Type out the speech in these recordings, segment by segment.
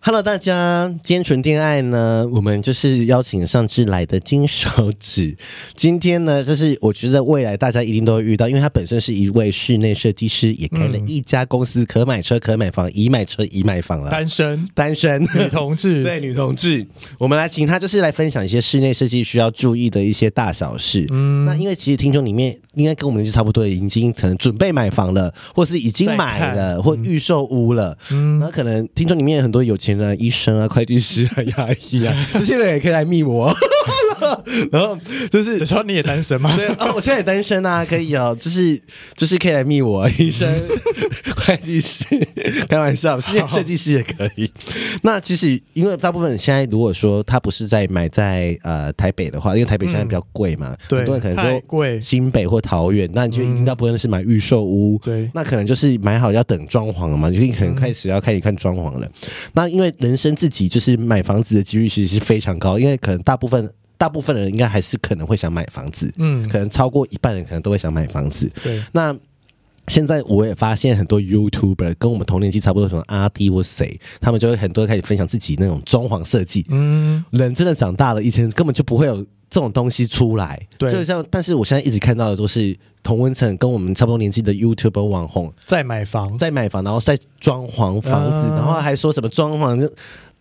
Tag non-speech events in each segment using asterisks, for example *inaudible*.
Hello，大家，今天纯恋爱呢，我们就是邀请上次来的金手指。 *laughs* 今天呢，就是我觉得未来大家一定都会遇到，因为他本身是一位室内设计师，也开了一家公司，可买车、可买房，已买车、已买房了， *laughs* 单 *laughs* 身单身女同志，对女同志，我们来请她就是来分享一些室内设计需要注意的一些大小事。嗯，那因为其实听众里面应该跟我们就差不多，已经可能准备买房了，或是已经买了，或预售屋了。嗯，然后可能听众里面很多有钱人啊、医生啊、会计师啊、牙医啊，这些人也可以来密我。然后就是你说你也单身吗？对哦，我现在也单身啊，可以哦， *laughs* 就是就是可以来密我啊医生、会计师，开玩笑，室内设计师也可以。那其实因为大部分现在如果说他不是在买在呃台北的话，因为台北现在比较贵嘛，对很多人可能太说贵新北或桃园，那你就一定大部分是买预售屋，嗯对那可能就是买好要等装潢了嘛，就可能开始要开始看装潢了。那因为人生自己就是买房子的几率其实是非常高，因为可能大部分。大部分人应该还是可能会想买房子，嗯可能超过一半人可能都会想买房子。对，那现在我也发现很多 YouTuber 跟我们同年纪差不多，什么阿迪或谁，他们就会很多开始分享自己那种装潢设计。嗯，人真的长大了，以前根本就不会有这种东西出来。对就像，但是我现在一直看到的都是同温层跟我们差不多年纪的 YouTuber 网红再买房，在买房，然后在装潢房子，啊然后还说什么装潢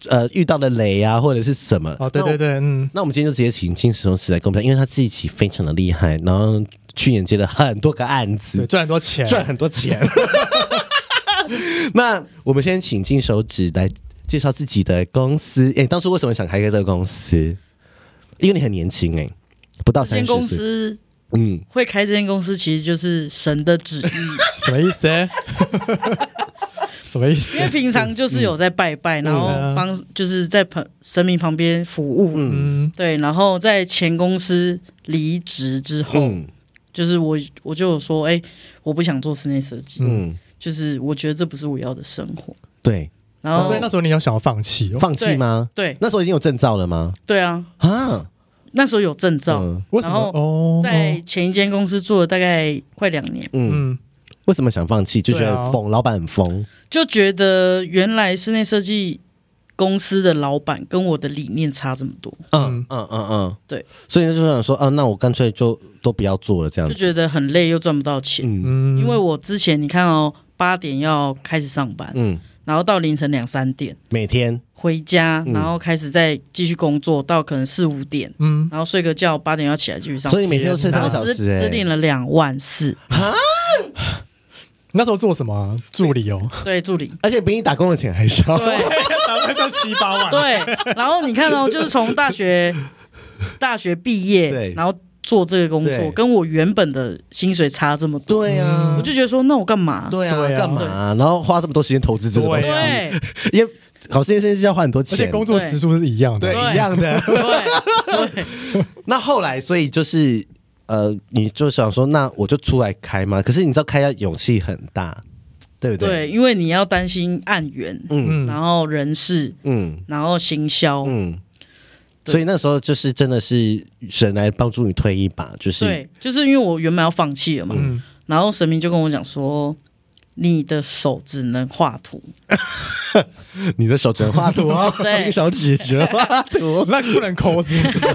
呃遇到的雷啊，或者是什么。哦，对那我对对，嗯，那我们今天就直接请金石同事来跟我们讲，因为他自己非常的厉害，然后去年接了很多个案对，嗯子，赚很多钱，赚很多钱。 *laughs* 那我们先请金手指来介绍自己的公司。哎、当初为什么想开个这个公司？因为你很年轻哎、不到这三间十公岁。司嗯，会开这间公司，其实就是神的 *laughs* 旨意。什么意 *laughs* 思？什么意思因？为平常就是有在拜拜，然后嗯帮就是在旁神明旁边服务，嗯，对，然后在前公司离职之后，嗯就是我我就有说，哎、我不想做室内设计，嗯，就是我觉得这不是我要的生活，对，然后、哦所以那时候你有想要放弃哦？放弃吗？对那时候已经有证照了吗？对啊，啊，那时候有证照，嗯为什么？然后哦，在前一间公司做了大概快两年，嗯，嗯，为什么想放弃？就觉对啊得疯，老板很疯。就觉得原来室内设计公司的老板跟我的理念差这么多，嗯嗯嗯嗯，对，所以就想说，啊，那我干脆就都不要做了，这样就子。觉得很累又赚不到钱，嗯嗯，因为我之前你看哦，八点要开始上班，嗯，然后到凌晨两三点每天回家，嗯然后开始再继续工作到可能四五点，嗯，然后睡个觉，八点要起来继续上班。所以你每天都睡天三然个后小只时、欸，只领了两万四，那时候做什么啊？助理哦，对 *laughs* 助理，而且比你打工的钱还少。对啊打算就七八万，，对。然后你看哦，就是从大学大学毕业对，然后做这个工对作，跟我原本的薪水差这么多，对啊我，就觉得说，那我干嘛？对啊，对啊干嘛啊、然后花这么多时间投资这个东西对啊，对因为考试先生是要花很多而且钱，工作时数是一样的，对对一样的。对对， *laughs* 那后来，所以就是呃，你就想说，那我就出来开嘛。可是你知道，开要勇气很大，对不对，对？因为你要担心案源，嗯嗯然后人事，嗯然后行销，嗯。对所以那时候就是真的是神来帮助你推一把，就是对，就是因为我原本要放弃了嘛，嗯，然后神明就跟我讲说，你的手只能画图，你的手只能画图哦， *laughs* 对你手指只能 *laughs* 画图。那不能抠是不是？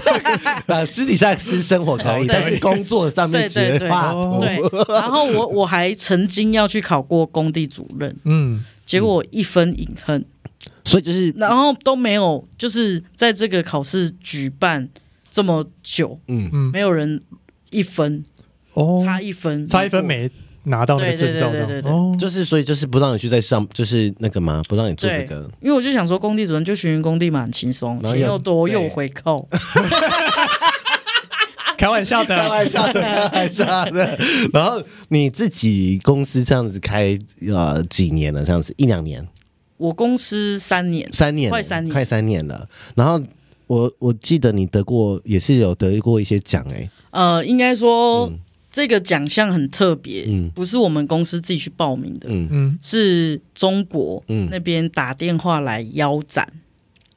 啊，私底下是生活可以，对但是工作上面对只能对画图。哦对，然后我我还曾经要去考过工地主任，嗯，结果我一分隐恨，所以就是然后都没有，就是在这个考试举办这么久，嗯没有人一分哦，差一分，差一分。没拿到那个证照对对对对的，对哦，就是所以就是不让你去再上，就是那个嘛，不让你做这个。 *laughs* 因为我就想说，工地主任就巡工地嘛，很轻松，然后钱又多对 *laughs* 又回扣，开玩笑开的，玩笑的，开玩笑的。然后你自己公司这样子开呃几年了？这样子一两年，我公司三年，三年了，快三年快三年了。然后我我记得你得过，也是有得过一些奖哎、呃，应该说、这个奖项很特别，嗯不是我们公司自己去报名的，嗯，嗯，是中国嗯那边打电话来邀展。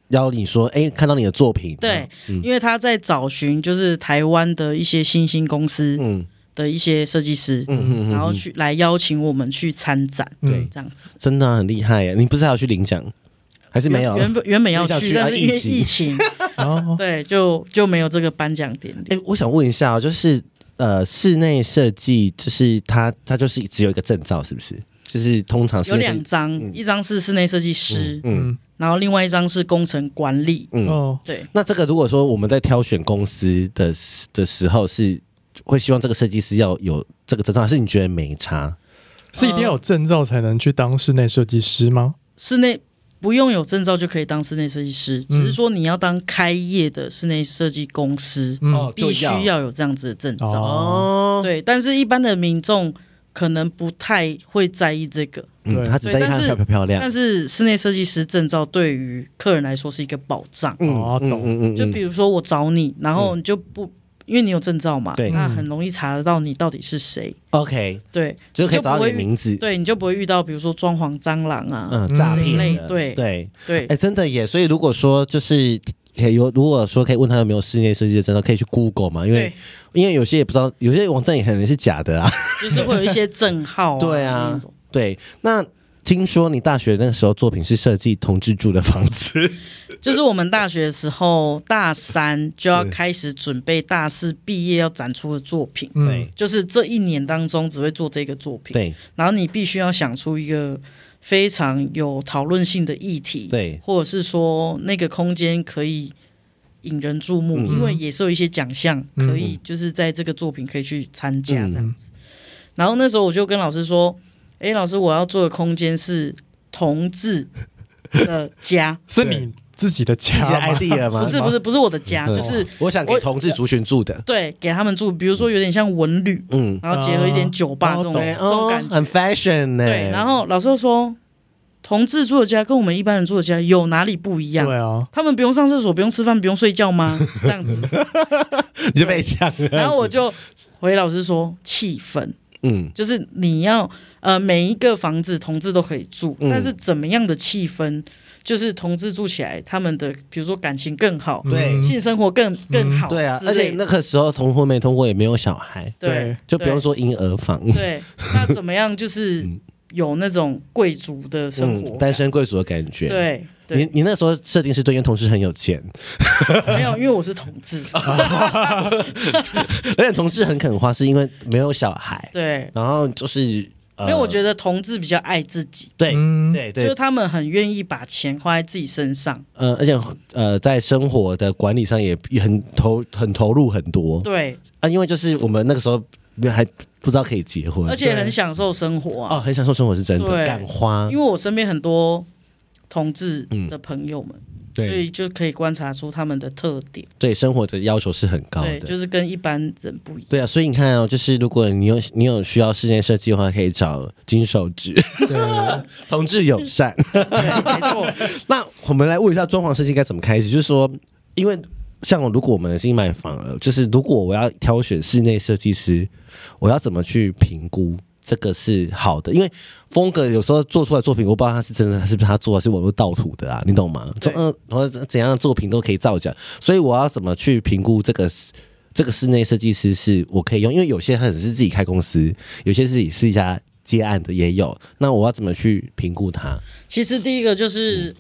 邀你说，哎、看到你的作品，对，嗯因为他在找寻就是台湾的一些新兴公司嗯，的一些设计师，嗯嗯嗯然后去来邀请我们去参展，嗯对，这样子。真的啊很厉害耶！你不是还要去领奖，还是没有？原原本原本要 *laughs* 没想去去，但啊是因为疫情疫情，然后对，就就没有这个颁奖典礼。哎、我想问一下哦，就是呃，室内设计，就是它它就是只有一个证照，是不是？就是通常有啊是两张，一张是室内设计师，嗯。嗯然后另外一张是工程管理。嗯哦，对，那这个如果说我们在挑选公司的时的时候是。会希望这个设计师要有这个证照，还是你觉得没差？是一定要有证照才能去当室内设计师吗？室内不用有证照就可以当室内设计师，只嗯是说你要当开业的室内设计公司，嗯必须就要哦要有这样子的证照。哦，对，但是一般的民众可能不太会在意这个，嗯，对他只在意对但看是漂不漂亮。但是室内设计师证照对于客人来说是一个保障。哦懂嗯就比如说我找你，然后你就不。因为你有证照嘛，对那很容易查得到你到底是谁。 OK，对就可以找就不到你会的名字，对，你就不会遇到比如说装潢蟑螂啊，嗯，诈这一类骗的，对对，对哎，真的耶。所以如果说就是可以有，如果说可以问他有没有室内设计的证照，可以去 Google 嘛，因为对，因为有些也不知道，有些网站也可能是假的啊。就是会有一些证号、*laughs* 啊，对啊那种对，那听说你大学那个时候作品是设计同志住的房 *laughs* 子，就是我们大学的时候，大三就要开始准备大四毕业要展出的作品，嗯，，就是这一年当中只会做这个作品，对然后你必须要想出一个非常有讨论性的议题，对或者是说那个空间可以引人注目，嗯因为也是有一些奖项可以就是在这个作品可以去参嗯加这样子。然后那时候我就跟老师说：“诶，老师，我要做的空间是同志的 *laughs* 家是你自己的自己的家吗？ idea *laughs* 吗？不是不是不是我的家，嗯就是我想给同志族群住的，对给他们住，比如说有点像文旅，嗯，然后结合一点酒吧哦这种、对这种哦感，觉。很 fashion 呢。对，然后老师又说，同志住的家跟我们一般人住的家有哪里不一样？对啊，他们不用上厕所，不用吃饭，不用睡 *laughs* 觉吗？这样子，你 *laughs* 就被抢然了，后 *laughs* 我就回老师说，气氛嗯就是你要呃每一个房子同志都可以住，嗯但是怎么样的气氛，就是同志住起来他们的比如说感情更好，嗯对性生活更更好之嗯类对的，啊，而且那个时候同婚没通过，也没有小孩，对就不用说婴儿房。 *laughs* 嗯对对，那怎么样就是有那种贵族的生活嗯，感单身贵族的感觉。，对你对，你那时候设定是对，因为同事很有钱， *laughs* 没有，因为我是同 *laughs* 志，而且同志很肯花，是因为没有小孩，对，然后就是，呃、因为我觉得同志比较爱自己。对、嗯对就是对，他们很愿意把钱花在自己身上，呃，而且呃，在生活的管理上也也很投很投入很多对，啊，因为就是我们那个时候还不知道可以结婚，而且很享受生活哦，啊。很享受生活是真的，对敢花因为，我身边很多同志的朋友们，所嗯对以就可以观察出他们的特点，对生活的要求是很高对，的。就是跟一般人不一样。对啊，所以你看哦，就是如果你有你有需要室内设计的话，可以找金手指对， *laughs* 同志友善。 *laughs* 对，没错，那我们来问一下装潢设计该怎么开始，就是说，因为像如果我们已经买房了，就是如果我要挑选室内设计师，我要怎么去评估这个是好的？因为风格有时候做出来作品，我不知道他是真的是不是他做的是网络盗图的啊，你懂吗？就对嗯，然后怎样的作品都可以造假，所以我要怎么去评估这个是？这个室内设计师是我可以用，因为有些他只是自己开公司，有些自己私底下接案的也有。那我要怎么去评估他？其实第一个就是，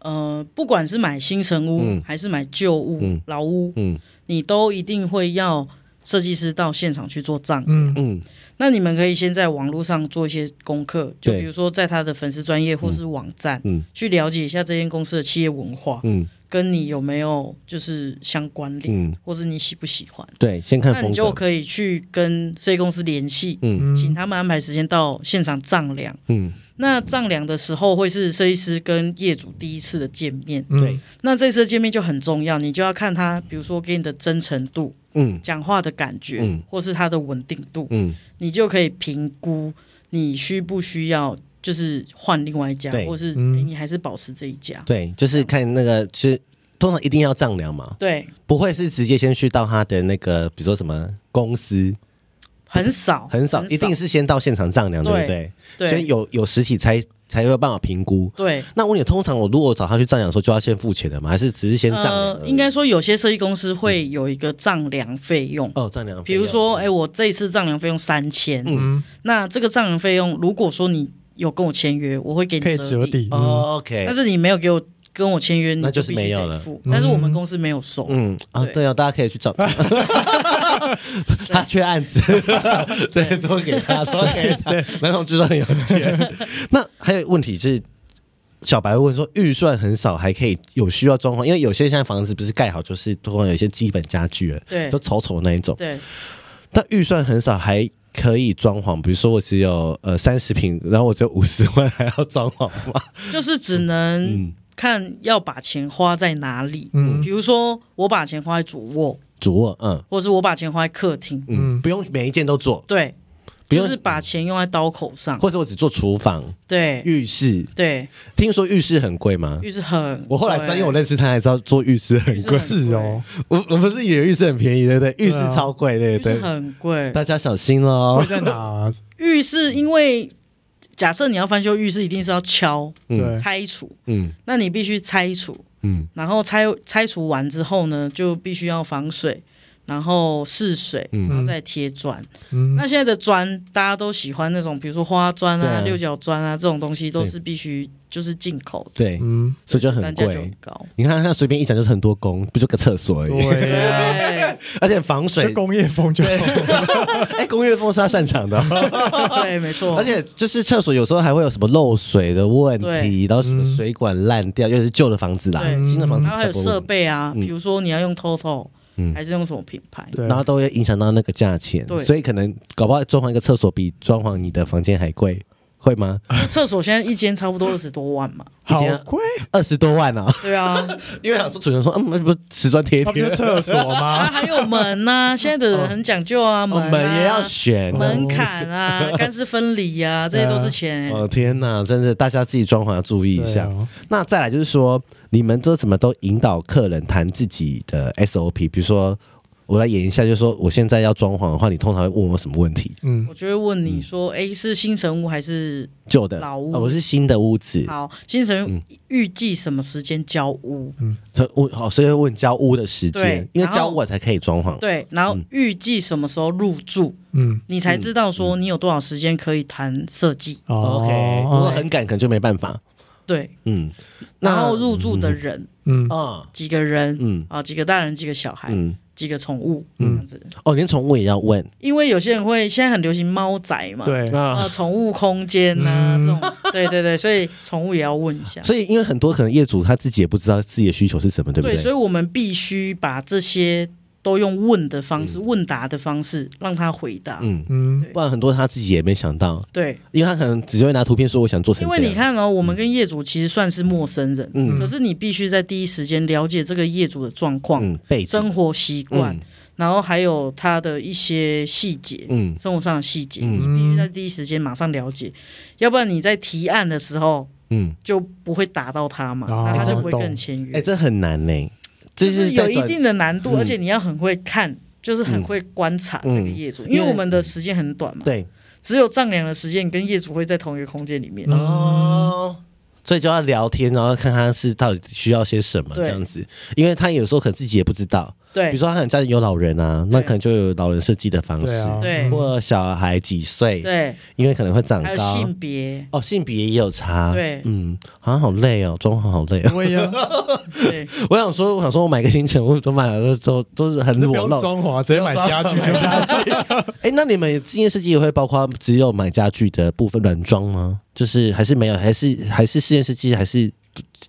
呃，不管是买新城屋、嗯还是买旧屋、嗯老屋，嗯你都一定会要设计师到现场去做账。嗯嗯，那你们可以先在网络上做一些功课，就对比如说在他的粉丝专业或是网站，嗯去了解一下这间公司的企业文化，嗯跟你有没有就是相关联，嗯，或是你喜不喜欢。对，先看那你风就格。可以去跟设计公司联系，嗯请他们安排时间到现场丈量。嗯，那丈量的时候会是设计师跟业主第一次的见面，对，那这次的见面就很重要，你就要看他，比如说给你的真诚度、嗯讲话的感觉，嗯或是他的稳定度。嗯你就可以评估你需不需要就是换另外一家，对或者是、嗯诶你还是保持这一家。对，就是看那个，就是通常一定要丈量嘛，对，不会是直接先去到他的那个，比如说什么公司，哦很少，很少，一定是先到现场丈量，对不对对？对所以有有实体才才有办法评估。对。那我问你，通常我如果找他去丈量的时候，就要先付钱的吗？还是只是先丈量呃而，已？应该说有些设计公司会有一个丈量费用，哦，丈量费比用。如说，哎、我这一次丈量费用三千、嗯，那这个丈量费用，如果说你有跟我签约，我会给可以你折抵，抵。嗯哦，OK，但是你没有给我跟我签约，你那就是必须没有得了付嗯但是我们公司没有收，嗯啊，对对啊，大家可以去找 *laughs* 他缺案子， *laughs* 对，多给他， *laughs* 多给他， *laughs* 男同志都很有钱。那还有问题就是，小白问说预算很少，还可以有需要装潢，因为有些现在房子不是盖好，就是通常有一些基本家具了，对都丑丑那一种。对但预算很少，还可以装潢，比如说我只有呃三十平，然后我只有五十万，还要装潢吗？就是只能嗯看要把钱花在哪里。嗯比如说，我把钱花在主卧， *laughs* 主卧，嗯或是我把钱花在客厅，嗯，嗯不用每一件都做，对，不就用是把钱用在刀口上，或者我只做厨房、对浴室。对，听说浴室很贵吗？浴室很。我后来知道，因为我在认识他才知道做浴室很浴室贵很。啊是哦，我我不是以为浴室很便宜，对不对？浴室超贵，对浴不室对？很贵，大家小心喽会。在哪？浴室因为假设你要翻修浴室，一定是要敲嗯对拆除，嗯那你必须拆除，嗯然后拆拆除完之后呢，就必须要防水，然后试水，然后嗯，再贴砖。嗯，那现在的砖大家都喜欢那种，比如说花砖对啊、啊六角砖啊这种东西，都是必须就是进口的，对，嗯，所以就很单价就很贵。高。你看他随便一讲就是很多工，不就个厕所而已，对呀，对 *laughs* 而且防 *laughs* 就水。工业风就哎，工业风是他擅长 *laughs* 的，对，没错。而且就是厕所有时候还会有什么漏水的问题，然后什么嗯水管烂掉，尤其是旧的房子啦，对嗯新的房子然后还比有较不设会。备啊，嗯比如说你要用 Toto 嗯还是用什么品牌？对然后都会影响到那个价钱，对所以可能搞不好装潢一个厕所比装潢你的房间还贵，会 *laughs* 吗？因为厕所现在一间差不多二十 *laughs* 多万嘛。 *laughs* 好啊贵，二十多万啊！对啊， *laughs* 因为想说主持人说，嗯，那不是瓷砖贴一它不贴 *laughs* 就，厕所啊吗？还有门呐、现在的人很讲究啊，门哦啊门也要哦选。门槛啊，干湿分离啊，这些都 *laughs* 是钱、哦天哪，真的，大家自己装潢要注意一对下。啊那再来就是说，你们这怎么都引导客人谈自己的 SOP，比如说我来演一下，就是说我现在要装潢的话，你通常会问我什么问题？嗯欸我就会问你说，哎、是新城屋还是旧的，老哦屋我是新的屋子，好？嗯新城屋预计什么时间交屋？所以我哦好，所以会问交屋的时间对，因为然后交屋我才可以装潢。对，嗯然后预计什么时候入住？嗯你才知道说你有多少时间可以谈设计。哦 OK，如果哦很赶，可能就没办法。对，嗯，那哎然后入住的人、嗯啊，几个人嗯啊，几个大人，几个小孩，嗯，几个宠物这样子。哦，连宠物也要问因为有些人会现在很流行猫仔嘛，对，啊啊，宠物空间呐、啊嗯这种，对对对，所以宠物也要问一下。所以，因为很多可能业主他自己也不知道自己的需求是什么，对不对？所以我们必须把这些都用问的方式、问答的方式让他回答。嗯，嗯 *laughs* 对不然很多他自己也没想到，对，因为他可能只会拿图片说我想做成因这为样。你，看哦，我们跟业主其实算是陌生人，嗯可是你必须在第一时间了解这个业主的状况、嗯，背景，生活习惯，嗯然后还有他的一些细节。嗯生活上的细节，嗯你必须在第一时间马上了解，要不然你在提案的时候嗯，就不会打到他嘛，哦那他就不会懂跟你签约。哎、这很难呢、这就是是有在一短定的难度，嗯而且你要很会看，就是很会观察这个业主，嗯因为我们的时间很短嘛，对只有丈量的时间，你跟业主会在同一个空间里面。哦。所以就要聊天，然后看他是到底需要些什么这对样子，因为他有时候可能自己也不知道，比对如，说他可能家里有老人啊，那可能就有老人设计的方对式，啊，对或小孩几岁，对，因为可能会长还有高性，别，哦，性别也有差，对嗯，好像好累哦，装潢好累哦，*laughs* 对呀，对，我想说，我想说我买个新城，我都买了都都是很那不裸用露。装潢，直接买家具就好。哎、那你们经验设计也会包括只有买家具的部分软装吗？就是还是没有，还是还是室内设计，还是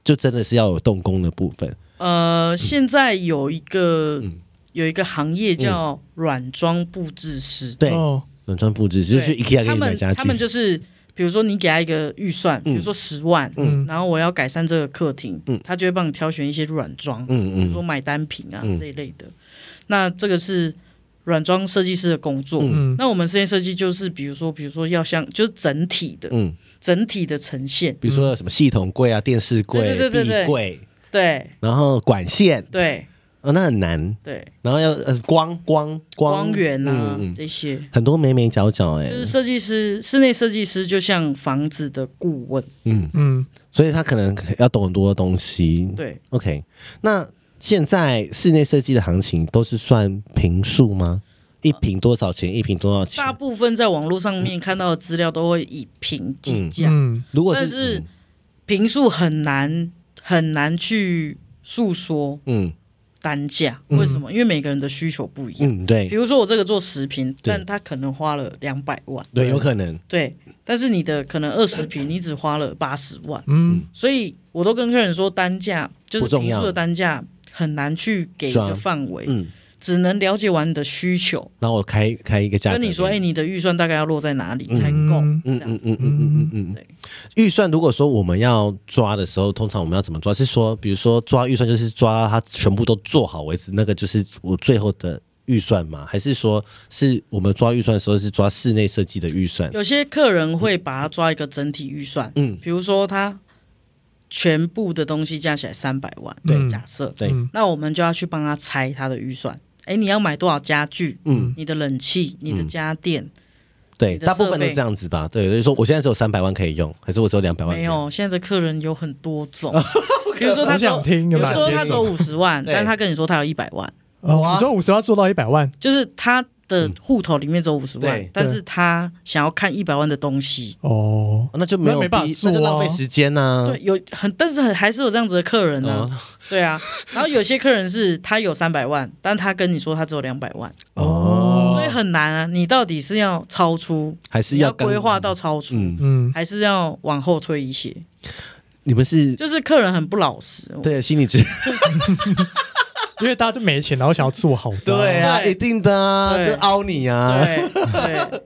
就真的是要有动工的部分？呃，现在有一个嗯有一个行业叫软装布置师，对， *laughs* 哦软装布置就对是 IKEA 给他你买们家具，他们就是。比如说，你给他一个预算，比如说十万，嗯然后我要改善这个客厅，嗯他就会帮你挑选一些软装，比如嗯说嗯买单品啊、嗯这一类的。那这个是软装设计师的工作。嗯那我们室内设计就是，比如说，比如说要像就是整体的、嗯，整体的呈现，比如说有什么系统柜啊、电视柜、对对对对对壁柜，对然后管线，对哦，那很难。对，然后要呃光光光光源啊、嗯嗯，这些，很多眉眉角角哎、就是设计师室内设计师就像房子的顾问，嗯，嗯，所以他可能要懂很多东西。对， OK，那现在室内设计的行情都是算平数吗？一平多少钱？一平多少钱大？部分在网络上面看到的资料都会以平计价，嗯如果但是平数很难很难去诉说嗯单价，嗯为什么？因为每个人的需求不一样。嗯嗯对比如说我这个做十平，对但他可能花了两百万，对，有可能对，但是你的可能二十平，你只花了八十万，嗯所以我都跟客人说单价就不是重平要数的单价很难去给一抓个范围，嗯，只能了解完你的需求，然后我开开一个价格跟给，你说，哎、你的预算大概要落在哪里才够？嗯嗯这嗯样嗯嗯嗯嗯嗯对预算如果说我们要抓的时候，通常我们要怎么抓？是说，比如说抓预算，就是抓到它全部都做好为止，那个就是我最后的预算吗？还是说是我们抓预算的时候是抓室内设计的预算？有些客人会把它抓一个整体预算，嗯，比如说他全部的东西加起来三百万，对假设，对，嗯那我们就要去帮他拆他的预算。哎，你要买多少家具？嗯，你的冷气、你的家电、对，你的大部分设都备这样子吧。对，就是说我现在只有三百万可以用，还是我只有两百万？没，有？现在的客人有很多 *laughs* 种，比如说他我走想听比有如哪说他些走种？五十万，对但他跟你说他有一百万，哦，你说五十要做到一百万，就是他的户头里面走五十嗯万对，但是他想要看一百万的东西。哦，那就没有那必，没办法做啊那就浪费时间啊呐、对，有很，但是很还是有这样子的客人呢、嗯哦对啊，然后有些客人是他有三百万，但他跟你说他只有两百万，所以哦，很难啊。你到底是要超出，还是你要刚规划。到超出，嗯，嗯，还是要往后推一些？你们是就是客人很不老实。对心理治因为大家就没钱，然后想要做好的，对啊，对一定的啊，对就凹你啊。对对，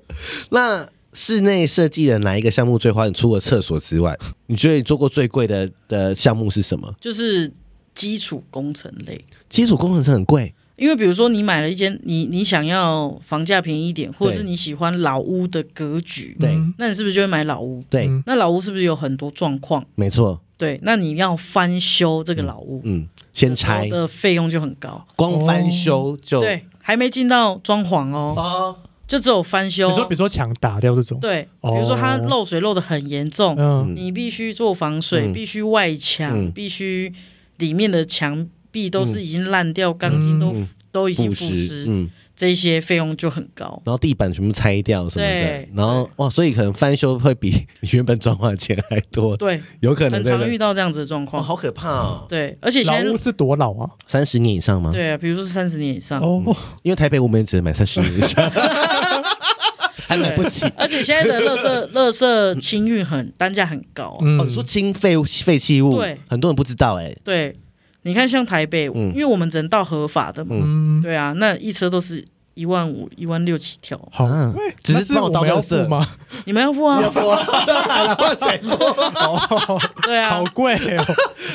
那室内设计的哪一个项目最花？你除了厕所之外， *laughs* 你觉得你做过最贵的的项目是什么？就是基础工程类。基础工程是很贵，因为比如说你买了一间，你你想要房价便宜一点，或者是你喜欢老屋的格局，对嗯那你是不是就会买老屋？对，嗯那老屋是不是有很多状况？没错，对，那你要翻修这个老屋，嗯，先有拆时，候的费用就很高。光翻修就对，还没进到装潢哦，哦，就只有翻修。你说比如说墙打掉这种，对，哦比如说它漏水漏的很严重，嗯你必须做防水，嗯必须外墙，嗯必须里面的墙壁都是已经烂掉，钢筋都、嗯都已经腐腐蚀，蚀，嗯，这些费用就很高。然后地板全部拆掉什么的对，然后哇，所以可能翻修会比 *laughs* 你原本装潢的钱还多， *laughs* 对，有可能很对不常遇对？到这样子的状哇，况。好可怕哦！对，而且老现屋在是多老啊？三十年以上吗？对啊，比如说三十年以嗯上，哦，因为台北我们也只能买三十年以 *laughs* 上，还买不起。而且现在的垃圾垃圾清运很单价很高、啊。嗯哦，你说清废物废弃物，对很多人不知道哎、对，你看像台北，嗯因为我们只能到合法的嘛，嗯，对啊，那一车都是一万五、一万六起跳，好啊，只那是帮我我倒们垃要付圾？吗？你们要付啊？哦，对啊好，贵哦，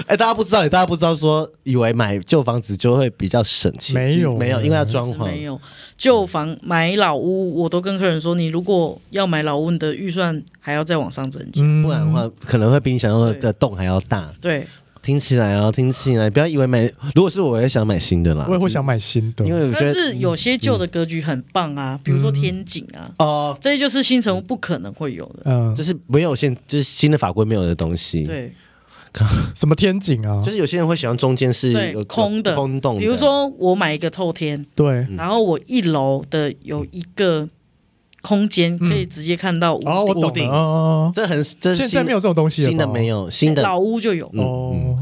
哎、大家不知道，大家不知道说，以为买旧房子就会比较省钱，没有其实没有，哎因为要装是没潢。有旧房买老屋，我都跟客人说，你如果要买老屋，你的预算还要再往上增加。*laughs* 嗯不然的话，可能会比你想象的洞还要大。对，听起来哦，听起来，不要以为买，如果是我，我也想买新的啦。我也会想买新的，因为我觉但得嗯是有些旧的格局很棒啊，比如说天井啊，哦、这些就是新城屋不可能会有的。嗯就，是没有现，就是新的法规没有的东西。，对，什么天井啊就？是有些人会喜欢中间是对有空的空洞的，比如说我买一个透天，嗯对，然后我一楼的有一个空间可以直接看到屋哦，我顶，屋顶懂了哦，这很这是现在新的没有这种东西了吧，新的没有新的老屋就有。嗯哦，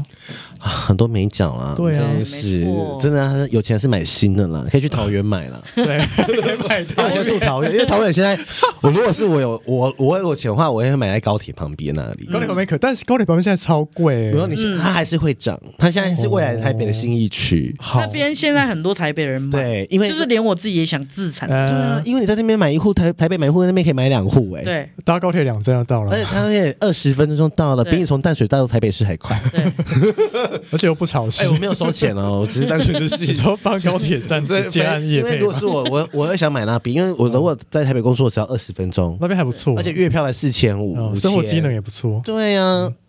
啊很多美角啦，对啊真的对是没错真的啊，有钱是买新的啦，可以去桃园买啦。对，可以 *laughs* 买我先住桃园，因为桃园现在，我如果是我有我我有钱的话，我也会买在高铁旁边那里。 *laughs* 嗯高铁旁边可，但是高铁旁边现在超贵然后欸，你它还是会涨，它现在是未来台哦北的新一区。好那边现在很多台北人买，对，因为就是连我自己也想自产。对啊呃，因为你在那边买一户台台北买一户，那边可以买两户哎。对搭高铁两站就到了而且，它也二十分钟就到了，对比你从淡水到台北市还快。对，而且又不吵事哎，我。没有收钱哦，我只是单纯就 *laughs* 你是说帮高铁站对，接案业因为配如果吗，是我，我我也想买那边，因为我如果在台北工作只要二十分钟，那边还不错，而且月票来四千哦五，生活机能也不错。对呀、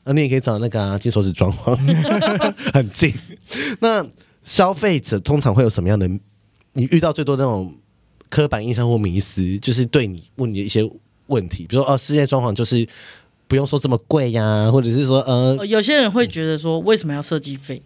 啊，你也可以找那个啊，金手指装 *laughs* 潢，很近。那消费者通常会有什么样的？你遇到最多那种刻板印象或迷思，就是对你问你的一些问题，比如说哦，室内装潢就是不用说这么贵呀、或者是说呃呃，有些人会觉得说，为什么要设计费？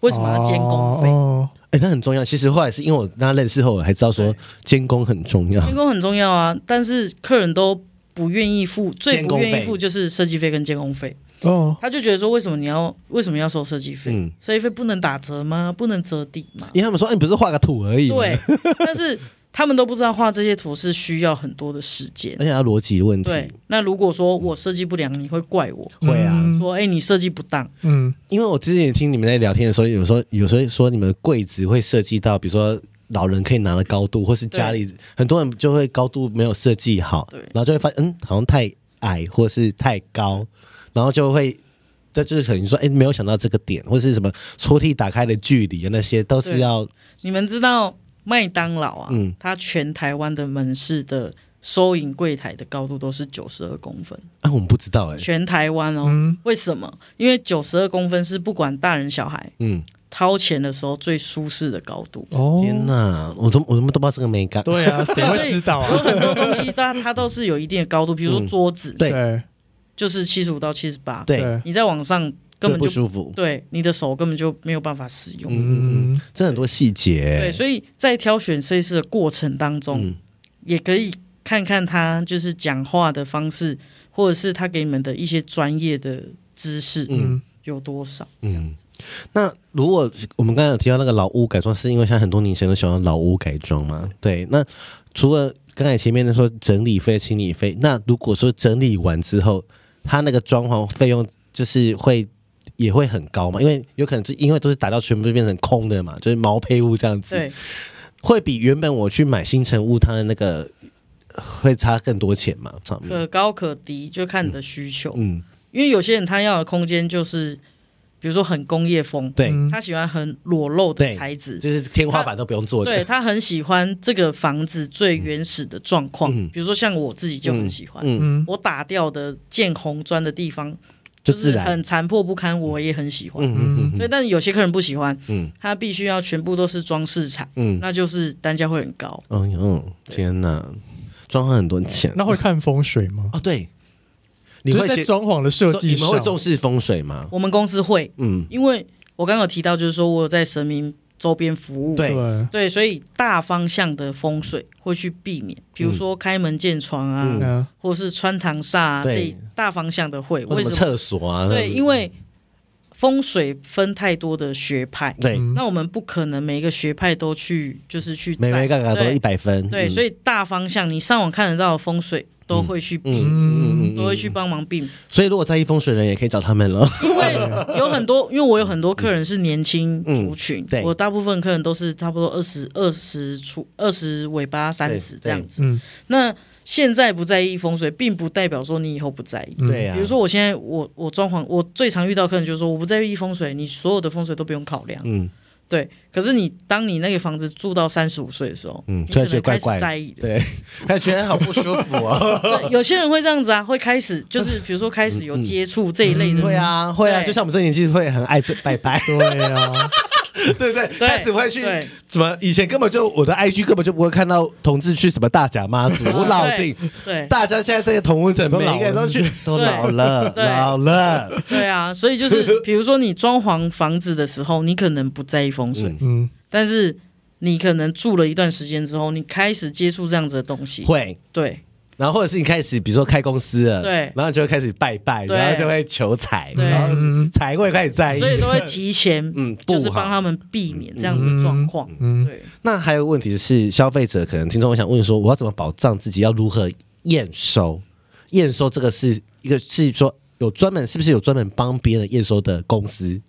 为什么要监工费？哦哎、那很重要。其实后来是因为我跟他认识后，我才知道说对监工很重要。监工很重要啊，但是客人都不愿意付，最监工不费愿意付就是设计费跟监工费。哦，他就觉得说，为什么你要为什么要收设计费？嗯设计费不能打折吗？不能折抵 *laughs* 吗？因为他们说，哎、你不是画个图而已，对，，但是他们都不知道画这些图是需要很多的时 *laughs* 间而。且要逻辑问题，对，那如果说我设计不良，你会怪我，会啊。嗯说哎、你设计不当，嗯，因为我之前也听你们在聊天的时候，有时候有时候说你们柜子会设计到，比如说老人可以拿的高度，或是家里很多人就会高度没有设计好，对然后就会发现嗯好像太矮或是太高，然后就会。这就是可能说，哎、没有想到这个点，或是什么抽屉打开的距离啊，那些都是对要你们知道麦当劳啊，嗯它全台湾的门市的收银柜台的高度都是九十二公分，啊，我们不知道哎、全台湾哦。嗯为什么？因为九十二公分是不管大人小孩嗯，掏钱的时候最舒适的高度。哦，天哪，我怎么我怎么都不知道这个美感，对啊，谁会知道有啊？很多东西它它都是有一定的高度，比如说嗯桌子，对对就是七十五到七十八，对，对，嗯你在网上根更本不就舒服，对你的手根本就没有办法使用。嗯嗯嗯嗯，这很多细节、对，所以在挑选设计师的过程当中，嗯也可以看看他就是讲话的方式，或者是他给你们的一些专业的知识嗯，有多少。嗯，那如果我们刚才有提到那个老屋改装，是因为现在很多年轻人都喜欢老屋改装嘛？对，那除了刚才前面的说整理费、清理费，那如果说整理完之后，它那个装潢费用就是会也会很高嘛？因为有可能是因为都是打掉，全部都变成空的嘛，就是毛坯屋这样子，对，会比原本我去买新城屋它的那个会差更多钱嘛？上面，可高可低，就看你的需求。嗯，因为有些人他要的空间就是，比如说很工业风，对，嗯他喜欢很裸露的对材质。就是天花板都不用做的，对他很喜欢这个房子最原始的状况，嗯比如说像我自己就很喜欢，嗯，嗯，我打掉的见红砖的地方就是自然，很残破不堪，我也很喜嗯欢。嗯嗯对，嗯但有些客人不喜欢，嗯他必须要全部都是装饰材，嗯。那就是单价会很高。哎呦，天哪，装潢很多钱那会看风水吗？哦，对，你就是会在先装潢的设说计你们上，会重视风水吗？我们公司会，嗯，因为我刚刚有提到，就是说我有在神明周边服务，对对，对所以大方向的风水会去避免，比如说开门见窗啊，嗯嗯，或是穿堂煞啊，对这大方向的会。或为什么什么？厕所啊？对，因为为风水分太多的学派，对，嗯那我们不可能每一个学派都去，就是去每每在个嘎都对一百分，嗯对，所以以大方向你上网看得到的风水都会去避，嗯都会去帮忙避，所以如果在意风水的人也可以找他们了。因为有很多，因为我有很多客人是年轻族群，嗯对我大部分客人都是差不多二十二十出二十尾巴三十对这样子。嗯那现在不在意风水，并不代表说你以后不在意。嗯，对呀，啊比如说，我现在我我装潢，我最常遇到客人就是说，我不在意风水，你所有的风水都不用考量。嗯，对，可是你当你那个房子住到三十五岁的时候，嗯你突可然觉得能怪开始怪的在意了。对， *laughs* 他觉得好不舒服哦。对有些人会这样子啊，会开始就是比如说开始有接触这一类的，会啊，会啊，对就像我们这个年纪会很爱这拜拜 *laughs* 对呀， *laughs* 对不对？啊对开始会去对什么？以前根本就我的 IG 根本就不会看到同志去什么大甲妈祖，我老 *laughs* 对进，对大家现在这个同温层，都每老了一个人都是去不都老了，对老了，对啊，所以就是比如说你装潢房子的时候，你可能不在意风水，嗯嗯，但是你可能住了一段时间之后，你开始接触这样子的东西，会。对然后或者是你开始，比如说开公司了，对然后就会开始拜拜，对然后就会求财，对然后财会开始在意，所以都会提前哎 *laughs* 嗯不就是好帮他们避免这样子的状况，嗯对。那还有问题是，消费者可能听众，我想问说，我要怎么保障自己？要如何验收？验收这个是一个是说有专门，是不是有专门帮别人验收的公司？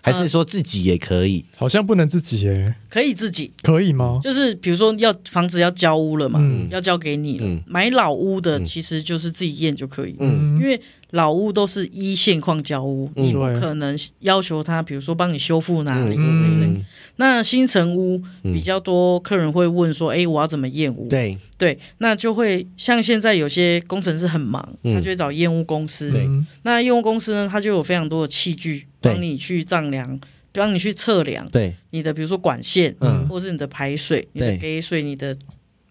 还是说自己也可以？好像不能自己耶，可以自己，可以吗？就是比如说要房子要交屋了嘛，嗯要交给你了，嗯买老屋的嗯其实就是自己验就可以，嗯因为老屋都是依现况交屋，嗯你不对可能要求他，比如说帮你修复哪里。嗯嗯，那新城屋嗯比较多客人会问说，哎、我要怎么验屋？对，对那就会像现在有些工程师很忙，嗯他就会找验屋公司。对嗯那验屋公司呢，他就有非常多的器具对帮你去丈量，帮你去测量对，你的，比如说管线，嗯或是你的排水、你对的给水、你的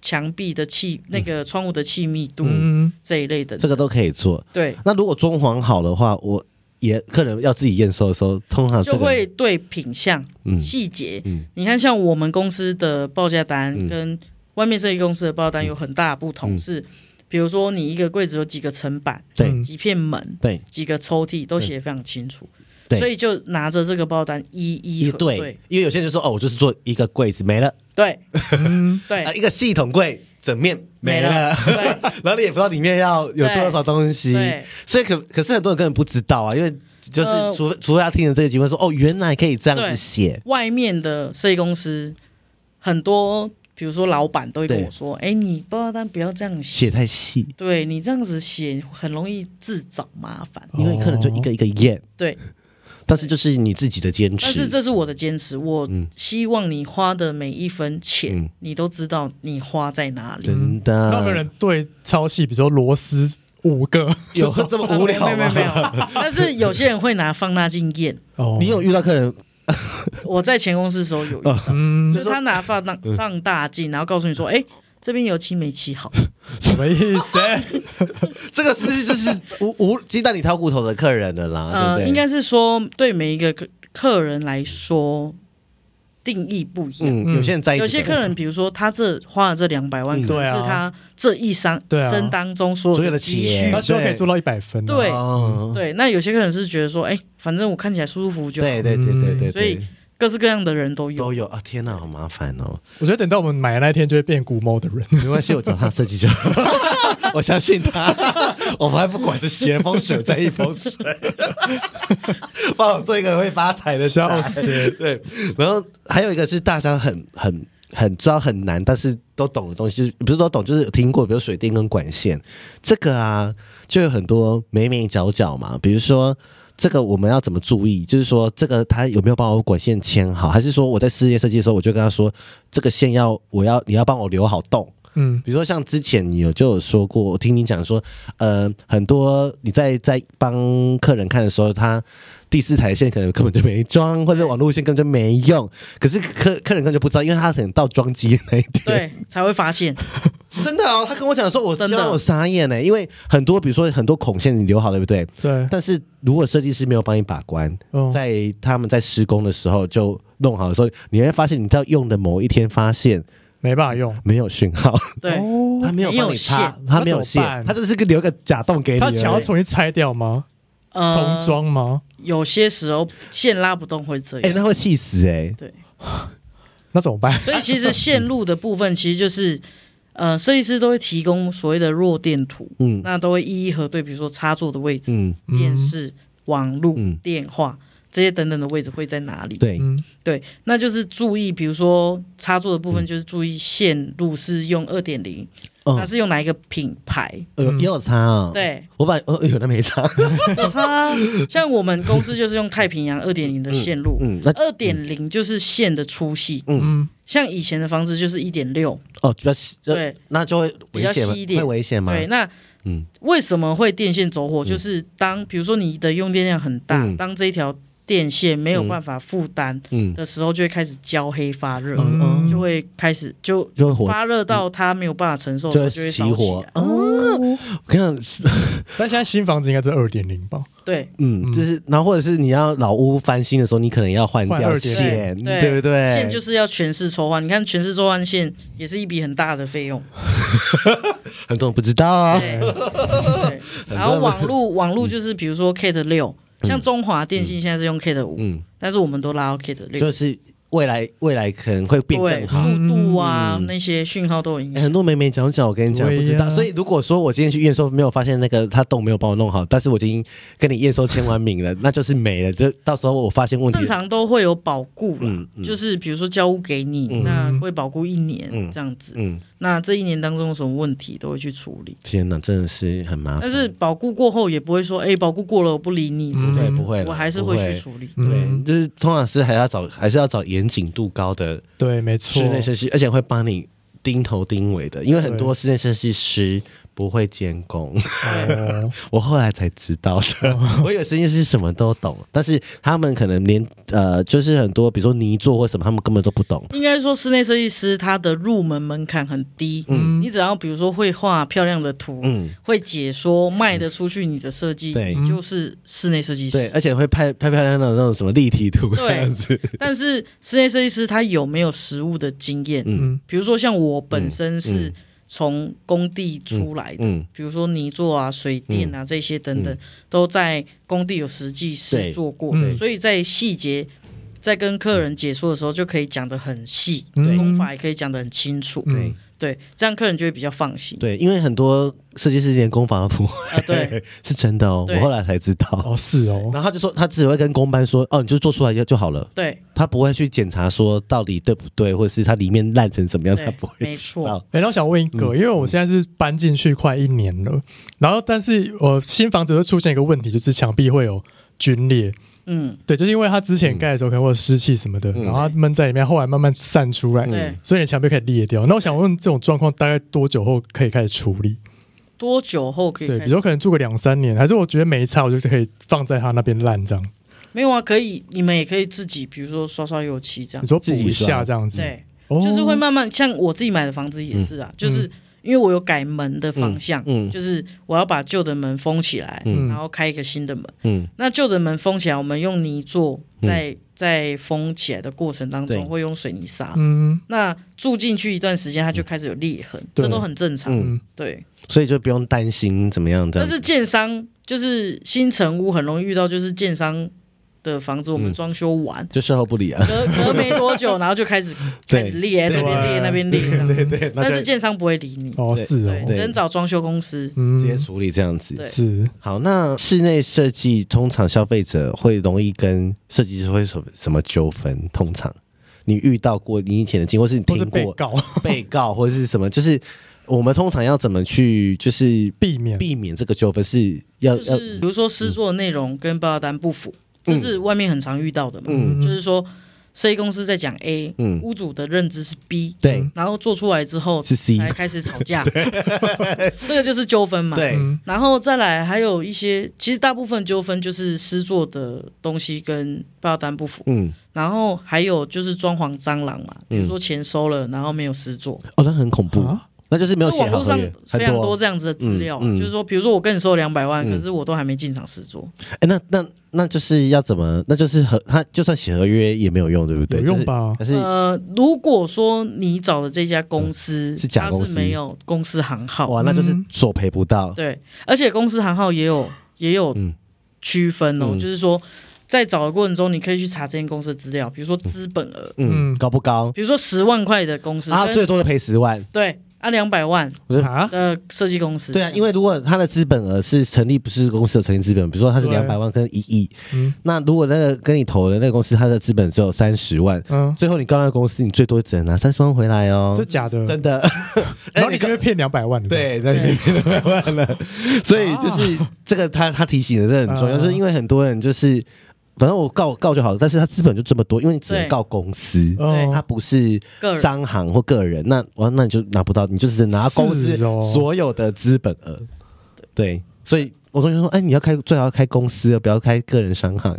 墙壁的气、那个窗户的气密度、嗯，这一类的。嗯这个都可以做。对，那如果装潢好的话，我也客人要自己验收的时候，通啊常这就个会对品相、嗯细节，嗯你看像我们公司的报价嗯单跟外面设计公司的报价单有很大的不同，嗯是比如说你一个柜子有几个层板、对嗯几片门、对几个抽屉都写得非常清楚，对所以就拿着这个报单一一一核对，因为有些人就说哦，我就是做一个柜子没了，对嗯 *laughs* 对啊，一个系统柜整面 *laughs* 没了，对 *laughs* 然后你也不知道里面要有多少东西，对所以可可是很多人根本不知道啊，因为就是呃除非除非他听了这个节目说哦，原来可以这样子对写，外面的设计公司很多，比如说老板都会跟对我说：“哎，你报价单不要这样写，写太细，对你这样子写很容易自找麻烦。”因为客人就一个一个验，对，但是就是你自己的坚持，但是这是我的坚持，我嗯希望你花的每一分钱，嗯你都知道你花在哪里。真的，那有没有人对超细，比如说螺丝五个？ *laughs* 有这么无没聊有啊没有吗没？有，但是有些人会拿放大镜 *laughs* 验。哦，你有遇到客人我在前公司的时候有遇到，哦嗯就，是他拿放大嗯放大镜，然后告诉你说：“哎、这边油漆没漆好。什么意 *laughs* 思？这个是不是就是无无鸡蛋里挑骨头的客人了啦？啊对不呃，对？应该是说对每一个客客人来说定义不一样。嗯，有些人在意这个，有些客人，比如说他这花了这两百万，嗯可能对啊是他这一生对啊生当中所所有有的的积钱蓄他希望可以做到一百分啊。对哦，对，那有些客人是觉得说，哎、反正我看起来舒舒服服就好。嗯对对对对对，所以各式各样的人都对有。都有啊！天哪，好麻烦哦。我觉得等到我们买的那一天，就会变古猫的人。没关系，我找他设计就 *laughs* 好。我相信他，我们还不管这邪风水再一风水，帮我做一个会发财的笑宅。对，然后还有一个是大家很很很知道很难，但是都懂的东西，就是不是都懂，就是有听过，比如水电跟管线这个啊，就有很多眉眉角角嘛，比如说。这个我们要怎么注意？就是说，这个他有没有帮我管线牵好，还是说我在室内设计的时候，我就跟他说，这个线要我要你要帮我留好洞，嗯，比如说像之前你有就有说过，我听你讲说，呃，很多你在在帮客人看的时候，他第四台线可能根本就没装，或者网路线根本就没用，可是客客人根本就不知道，因为他可能到装机的那一天， *laughs* 对，才会 *laughs* 发现，真的哦，他跟我讲说，我真的让我傻眼欸呢，因为很多比如说很多孔线你留好了，对不对？嗯对，但是如果设计师没有帮你把关，嗯在他们在施工的时候就弄好的时候，你会发现你到用的某一天发现没办法用。没有讯号。对，他没有没有帮你插线，他没有那怎线么办，他就是个留个假洞给你而他已。想要重新拆掉吗？嗯呃，重装吗？有些时候线拉不动会这哎、样。那会气死哎、对，那怎么办？所以其实线路的部分，其实就是呃，设计师都会提供所谓的弱电图，嗯那都会一一核对，比如说插座的位置、嗯，嗯电视、网路、嗯电话这些等等的位置会在哪里？对，嗯，对，那就是注意，比如说插座的部嗯分，就是注意线路是用二点零，它嗯，是用哪一个品牌？呃，也有差哦。，嗯对，嗯我把哦，有那没 *laughs* 差。有差。像我们公司就是用太平洋二点零的线路，嗯，那二点零就是线的粗细，嗯，像以前的房子就是一点六，哦，比较细，呃对那就会比危较险吗细一？点会危险吗？对，那。嗯为什么会电线走火？就是当比如说你的用电量很大，嗯当这一条电线没有办法负担嗯，的时候，就会开始焦黑发热，嗯嗯就会开始就就会火，嗯发热到它没有办法承受，就它就会会起烧起火来。。哦，我跟你讲，但现在新房子应该是二点零吧？对嗯，嗯就是然后或者是你要老屋翻新的时候，你可能要换换掉二点线，对对不对？线就是要全市抽换，你看全市抽换线也是一笔很大的费用。很多人不知道啊。 *laughs* 对，对然后网路网路就是比如说 K 的六，像中华电信现在是用 K 的五，嗯，但是我们都拉到 K 的六就。是未来未来可能会变对更好。速度啊、嗯那些讯号都有影哎响。很多美美角角，我跟你讲，对不呀知道。所以如果说我今天去验收没有发现那个他洞没有帮我弄好，但是我已经跟你验收签完名了，那 *laughs* 就是没了。就到时候我发现问题正，常都会有保固啦，嗯嗯就是比如说交屋给你，嗯那会保固一年、嗯这样子。嗯，那这一年当中有什么问题都会去处理，天哪，真的是很麻烦。但是保固过后也不会说，哎、保固过了我不理你之不类会嗯嗯的，不会啦，嗯我还是不会去处理。对，就是通常是还要找，还是要找严谨度高的对，没错室，内设计，而且会帮你钉头钉尾的，因为很多室内设计师不会监工。 *laughs* 哦，我后来才知道的， *laughs* 我以为设计师什么都懂，但是他们可能连呃，就是很多比如说泥做或什么，他们根本都不懂。应该说，室内设计师他的入门门槛很低，嗯你只要比如说会画漂亮的图，嗯，会解说卖得出去你的设计，对你就是室内设计对，师。而且会拍拍漂亮的那种什么立体图对这样子。但是室内设计师他有没有实物的经验？嗯嗯比如说像我本身嗯是嗯从工地出来的，嗯，比如说泥做啊、水电嗯啊、这些等等，都在工地有实际试做过的，对嗯所以在细节在跟客人解说的时候，就可以讲得很细，嗯工法也可以讲得很清楚，嗯，对，这样客人就会比较放心。对，因为很多设计师连工法都不会，啊，对，是真的哦。对我后来才知道。哦是哦，然后他就说，他只会跟工班说，哦，你就做出来就就好了。对，他不会去检查说到底对不对，或者是它里面烂成什么样，对他不会没知错道。哎，那我想问一嗯个，因为我现在是搬进去快一年了，然后但是我新房子会出现一个问题，就是墙壁会有皲裂，嗯，对，就是因为它之前盖的时候可能会有湿气什么的，嗯然后它闷在里面，后来慢慢散出来，对，所以你的墙壁可以裂掉。那我想问，这种状况大概多久后可以开始处理？多久后可以对，开比始？如说可能住个两三年，还是我觉得没啊差，我就是可以放在它那边烂这样。没有啊，可以，你们也可以自己，比如说刷刷油漆这样你。说补自己一下刷这样子，对，哦就是会慢慢像我自己买的房子也是啊，就是因为我有改门的方向，嗯嗯嗯就是我要把旧的门封起来，嗯然后开一个新的门。嗯，那旧的门封起来，我们用泥做，嗯在、在封起来的过程当对中会用水泥沙。嗯那住进去一段时间，它就开始有裂痕，对这都很正常。嗯对，所以就不用担心怎么样的。但是建商就是新城屋很容易遇到，就是建商的房子我嗯们装修完，就售后不理啊，隔隔没多久，然后就开始对开始裂，这边裂对那边裂这样子。对，那但是就建商不会理你，哦对是对，哦，只能找装修公司。嗯直接处理这样子。对是好，那室内设计通常消费者会容易跟设计师会什么什么纠纷？通常你遇到过你以前的经过，或是你或是听被过告 *laughs* 被告或者是什么？就是我们通常要怎么去就是避免避免这个纠纷？是要就要是比如说施作的内容跟报价单不符，这是外面很常遇到的嘛。嗯就是说设计公司在讲 A，嗯屋主的认知是 B，嗯对然后做出来之后是 C 才开始吵 *laughs* 架， *laughs* 这个就是纠纷嘛。对嗯然后再来还有一些，其实大部分纠纷就是施作的东西跟报价单不符，嗯然后还有就是装潢蟑螂嘛，比如说钱收了然后没有施作，哦，那很恐怖。啊，那就是没有就写网好络合上约，非常多多。这样子的资料啊，嗯嗯就是说，比如说我跟你收两百万，嗯可是我都还没进场试做，哎、那那那就是要怎么？那就是合他就算写合约也没有用，对不对？有用？吧？就是、可呃，如果说你找的这家公司、嗯是假公司它是没有公司行是哇，号，那就是嗯索赔不到。对，而且公司行号也有也有嗯区分哦，嗯就是说在找的过程中，你可以去查这间公司的资料，比如说资本额，嗯，嗯高不高？比如说十万块的公司啊，跟最多的赔十万。对啊两百万我就啊，的设计公司，对啊，因为如果他的资本额是成立，不是公司有成立资本，比如说他是对两百万跟一亿，嗯那如果那个跟你投的那个公司，他的资本只有三十万，嗯，最后你告那个公司，你最多只能拿三十万回来哦这，假的，真的。 *laughs* 然后你就会骗两百万的，对，那里面的万了。 *laughs* 所以就是这个他，他提醒的这很重要，啊就是因为很多人就是，反正我告告就好了，但是他资本就这么多，因为你只能对告公司。哦，他不是个人商行或个人，那完那你就拿不到，你就只能拿到公司是哦所有的资本额。对，所以我同学说，哎，你要开最好要开公司，不要开个人商 *laughs* 行，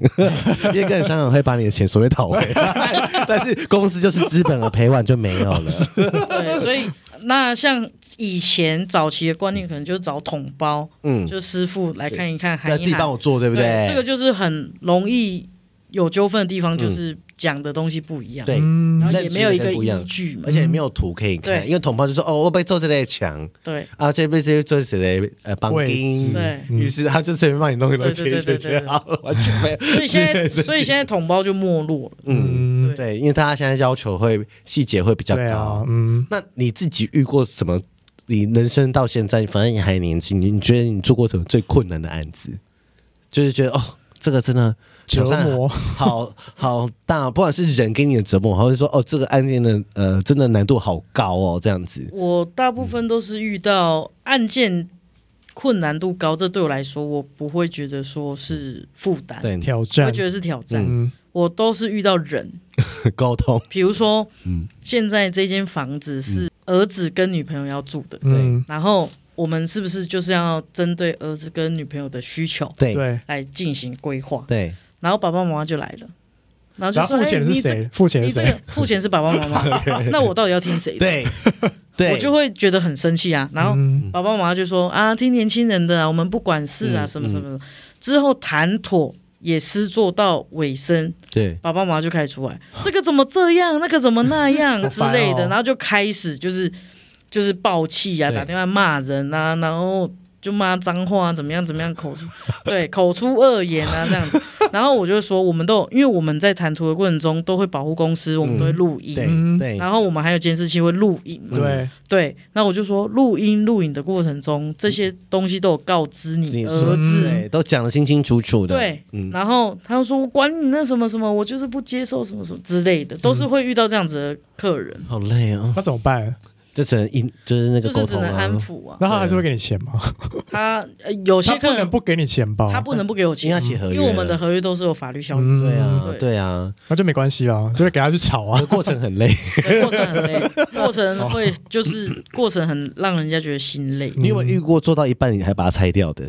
因为个人商行会把你的钱所谓讨回 *laughs* 来，但是公司就是资本额赔完就没有了。对，所以那像以前早期的观念，可能就找统包，嗯，就师傅来看一看，喊要一自己帮喊，我做，对不这个就是很容易有纠纷的地方，就是讲的东西不一样，嗯对，嗯然后也没有一认知个不一样依据嘛而，且也没有图可以看，对因为同胞就说哦，我被做这类墙对啊，这被这做这类呃绑位钉置， *laughs* 对。于是他就随便帮你弄一弄，对切一对切对对切对好了，完全没有。所以现在，室内设计所以现在统包就没落了，嗯，嗯，对对，因为大家现在要求会细节会比较对啊高，。嗯，那你自己遇过什么？你人生到现在，反正你还年轻，你你觉得你做过什么最困难的案子？就是觉得哦，这个真的折磨，好好大，不管是人给你的折磨，还是说哦，这个案件的呃，真的难度好高哦，这样子。我大部分都是遇到案件困难度高，这对我来说，我不会觉得说是负担，对，挑我战会，觉得是挑战。嗯我都是遇到人，沟通，比如说，嗯现在这间房子是儿子跟女朋友要住的，嗯，然后我们是不是就是要针对儿子跟女朋友的需求对对。来进行规划？对，然后爸爸妈妈就来了，然后就然后说：“付钱哎的是你这谁？付钱的你是这谁个？付钱是爸爸妈 *laughs* 妈，那我到底要听谁？”， *laughs* 对，对，我就会觉得很生气啊。然后嗯爸爸妈妈就说：“啊，听年轻人的啊，我们不管事啊，嗯什么什么什么。”之后谈妥也是做到尾声，对，爸爸妈妈就开始出来，这个怎么这样，那个怎么那样之类好烦的，哦然后就开始就是就是爆气啊，对打电话骂人啊，然后就骂脏话、啊，怎么样怎么样，口出 *laughs* 对口出恶言啊这样子。然后我就说，我们都有因为我们在谈图的过程中都会保护公司，我们都会录音。对，嗯对，然后我们还有监视器会录影嘛？对，对，那我就说录音录影的过程中，这些东西都有告知你你儿子，对，都讲的清清楚楚的。对，嗯，然后他又说：“我管你那什么什么，我就是不接受什么什么之类的，都是会遇到这样子的客人，好累哦，那怎么办？就只能应，就是那个就沟是只通能啊安，抚啊。那他还是会给你钱吗？他呃有 *laughs* 他些不客能人不给你钱啊包，他不能不给我因为要钱，写合嗯因约，啊为我们的，合约都是有法律效力，嗯对啊对，对啊，那就没关系啦，就是给他去吵 *laughs* 啊。过程很累。对 *laughs* 过程很 *laughs* 累，过程会就是过程很让人家觉得心 *laughs* 累。你有没有遇过做到一半你还把它拆掉的？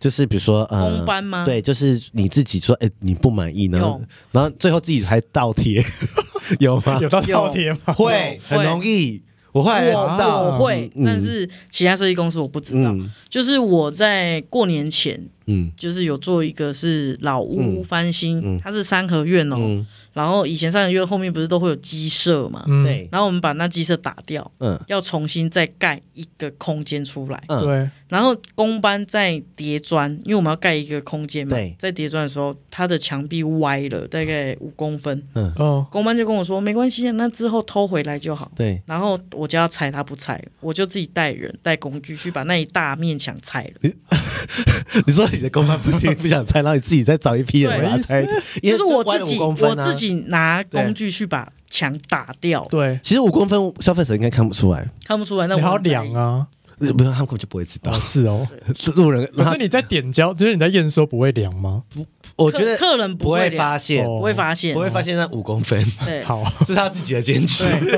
就是比如说呃公，班吗？对，就是你自己说，哎，你不满意，然后有然后最后自己还倒贴， *laughs* 有吗？有到倒贴吗？会会很容易，我后我，来才知道，我会嗯，但是其他设计公司我不知道。嗯就是我在过年前，嗯就是有做一个是老屋嗯翻嗯新，它是三合院哦。嗯，然后以前三合院后面不是都会有鸡舍嘛，嗯，对，然后我们把那鸡舍打掉，嗯要重新再盖一个空间出来，嗯，对，然后工班再叠砖，因为我们要盖一个空间嘛对，在叠砖的时候，它的墙壁歪了大概五公分，哦，工班就跟我说没关系啊，那之后偷回来就好。对，然后我就要拆，他不拆，我就自己带人带工具去把那一大面墙拆了。你说你的公班不听不想拆，然后你自己再找一批人对把它拆，因就为是我歪了自己， 5公分我啊自。己拿工具去把墙打掉，对，其实五公分消费者应该看不出来，看不出来。那我你还要很在意量啊，呃不用他们根本就不会知道哦，，是哦。是路人。可然是后你在点交，就是你在验收不会量吗？我觉得客客人不会会发量，现，哦不会发现，不会发现那五公分对，好， *laughs* 是他自己的坚持， *laughs* 然后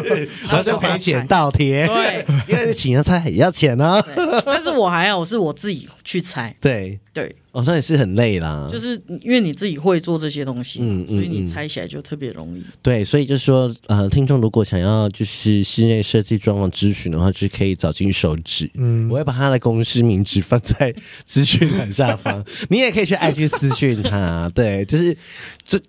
然后就就把它赔钱拆倒贴，对， *laughs* 因为请人拆也要钱啊。对但是我还好，是我自己去拆，对，对，哦，那也是很累啦，就是因为你自己会做这些东西嘛，嗯嗯嗯所以嗯你拆起来就特别容易。对，所以就是说，呃，听众如果想要就是室内设计装潢咨询的话，就是可以找金手指。嗯我，会把他的公司名字放在资讯栏下 *laughs* 方，你也可以去爱去私讯他。对，就是这，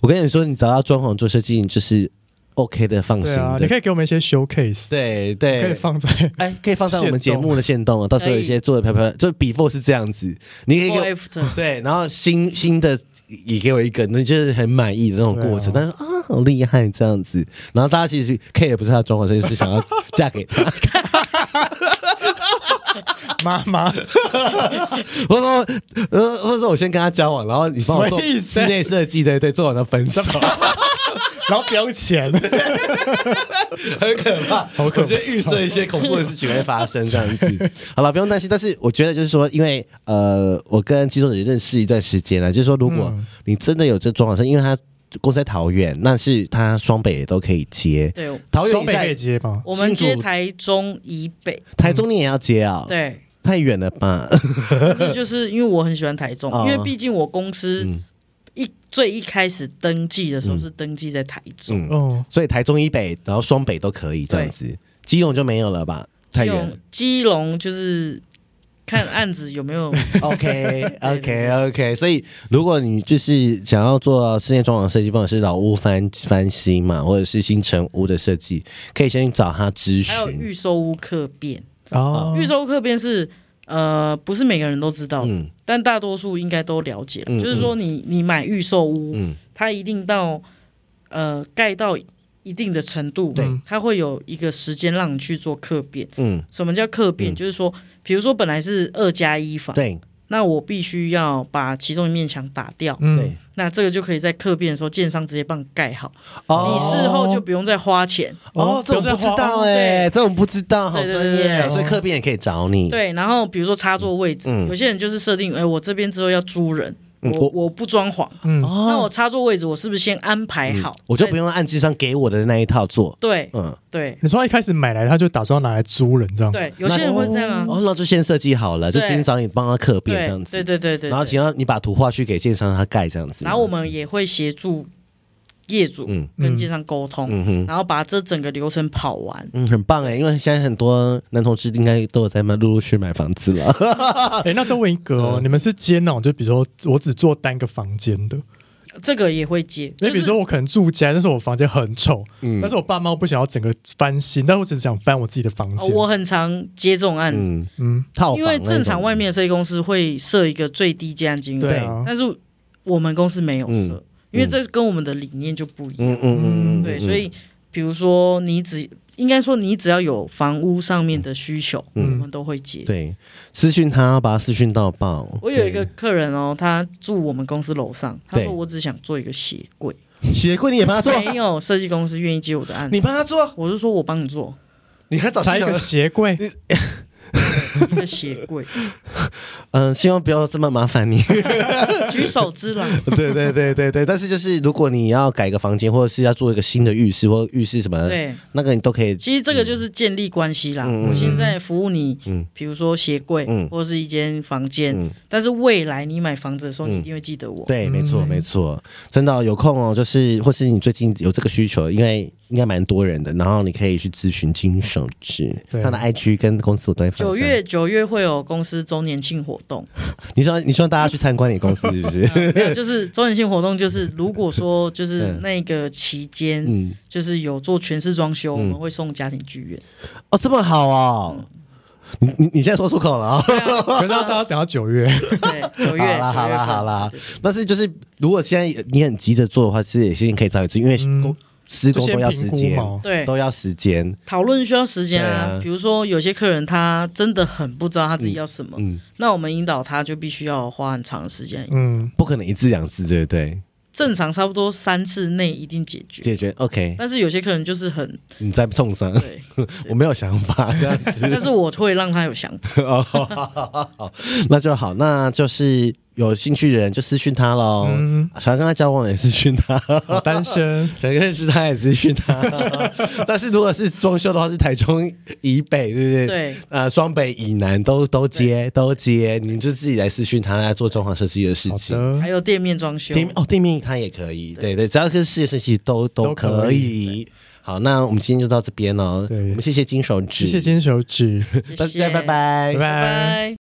我跟你说，你只要装潢做设计，你就是 OK 的，放心对啊，的。你可以给我们一些 showcase，对可以对，放在哎，可以放在我们限节动目的线动啊，到时候有一些做的漂漂亮，就是 before 是这样子，你可以 f 给我 after， *laughs* 对，然后新新的也给我一个，那就是很满意的那种过程。但是啊，好厉害这样子。然后大家其实 K 也不是他装潢设计师，想 *laughs* 要嫁给他。妈妈，我说，呃，或者说我先跟他交往，然后你帮我做什么意思室内设计，对对，做完了分手，然后不要钱，很可怕。好可怕我觉得预设一些恐怖的事情会发生这样 *laughs* 子。好了，不用担心。但是我觉得就是说，因为呃，我跟金钟也认识一段时间了，就是说，如果嗯你真的有这装潢设计，因为他公司在桃园，那是他双北也都可以接。对，桃园双以北下可以接吗？我们接新竹台中以北，台中你也要接啊、对，太远了吧？可是就是因为我很喜欢台 *laughs* 中哦，因为毕竟我公司嗯一最一开始登记的时候嗯是登记在台中，嗯，哦， *laughs* 所以台中以北，然后双北都可以这样子，基隆就没有了吧？太基远了隆。基隆就是看案子有没有 *laughs* *laughs* OK OK OK，所以如果你就是想要做室内装潢设计，不管是老屋翻翻新嘛，或者是新城屋的设计，可以先去找他咨还有预询。售屋客变，哦，预售屋客变是呃不是每个人都知道的，嗯但大多数应该都了解了。嗯就是说你你买预售屋，嗯它一定到呃盖到一定的程度，对它会有一个时间让你去做客变。嗯，什么叫客变？嗯就是说，比如说本来是二加一法，对那我必须要把其中一面墙打掉，对嗯，，那这个就可以在客变的时候，建商直接帮你盖好，哦你事后就不用再花钱。哦，这我不知道哎，这我不知道，好对对专对业对哦，对所以客变也可以找你。对，然后比如说插座位置，嗯有些人就是设定，哎、我这边之后要租人，嗯我我我不装潢，嗯，哦，嗯那我插座位置我是不是先安排好？我就不用按智商给我的那一套做。对嗯，对你说他一开始买来他就打算要拿来租人这样，，对，有些人会这样啊，哦，那就先设计好了，就对先找你帮他刻对变这样子。对对对对，然后对只要你把图画去给建商他盖这样子。然后我们也会协助业主嗯跟建商沟通，嗯哼。然后把这整个流程跑完。嗯，很棒哎，因为现在很多男同志应该都有在慢陆陆续买房子 *laughs* 了。 *laughs* 哎，那再问一个嗯哦，你们是接那种就比如说我只做单个房间的，这个也会接，因为就比是如说我可能住家，但是我房间很丑，嗯但是我爸妈不想要整个翻新，但我只想翻我自己的房呃间，我很常接这种案子，嗯，嗯，套房因为那种正常外面的设计公司会设一个最低接案金额，对啊，但是我们公司没有设，嗯因为这跟我们的理念就不一样。嗯嗯嗯嗯嗯，对，所以比如说你只应该说你只要有房屋上面的需求，嗯我们都会接。对私讯他，把他私讯到爆。我有一个客人哦，他住我们公司楼上，他对说我只想做一个鞋柜，对鞋柜，你也帮他做，没有设计公司愿意接我的案你子，帮他做，我就说我帮你做你还找才市一场个。鞋柜，一个鞋 *laughs* 柜，嗯，希望不要这么麻烦 *laughs* 你。举手之劳。对对对对对，但是就是如果你要改一个房间，或者是要做一个新的浴室或浴室什么的，对，那个你都可以。其实这个就是建立关系啦。嗯我现在服务你嗯，比如说鞋柜嗯或是一间房间，嗯，但是未来你买房子的时候，嗯你一定会记得我。对，没错嗯没错，真的哦、有空哦，就是或是你最近有这个需求，因为应该蛮多人的，然后你可以去咨询金手指，对他的 IG 跟公司我都会分享。九月九月会有公司周年庆活动，你希望你希望大家去参观你公司是不是？ *laughs* 没有就是周年庆活动，就是如果说就是嗯那个期间，嗯，就是有做全室装修，嗯我们会送家庭剧院。哦，这么好哦，你你你现在说出口了哦。 *laughs* 可是要大家等到九月，对，啊九月好啦好啦好，啦九月份，但是就是如果现在你很急着做的话，其实也是可以早点做，因为嗯工施就工先都要时评估间，嘛，对，都要时间。讨论需要时间对啊啊。比如说有些客人他真的很不知道他自己要什么，嗯，那我们引导他就必须要花很长的时间，嗯，不可能一次两次，对不对？正常差不多三次内一定解决。解决 OK，但是有些客人就是 *laughs* 很你再冲上， *laughs* 对，我没有想法这样子。但是我会让他有想法。哦，好好好 *laughs* 那就好，那就是有兴趣的人就私讯他喽。嗯想要跟他交往的也私讯 *laughs* 他，我单身，想认识他也私讯他。但是如果是装修的话，是台中以北，对不对？。对，呃，双北以南都都接都接，你们就自己来私讯他来做装潢设计的事 *laughs* 好情。哦的还，有店面装修，地面哦，地面他也可以，对对，只要是室内设计都都都可可以。好，那我们今天就到这边哦。对我们谢谢金手指，谢谢金手指，谢谢大家拜拜哎拜拜。拜拜。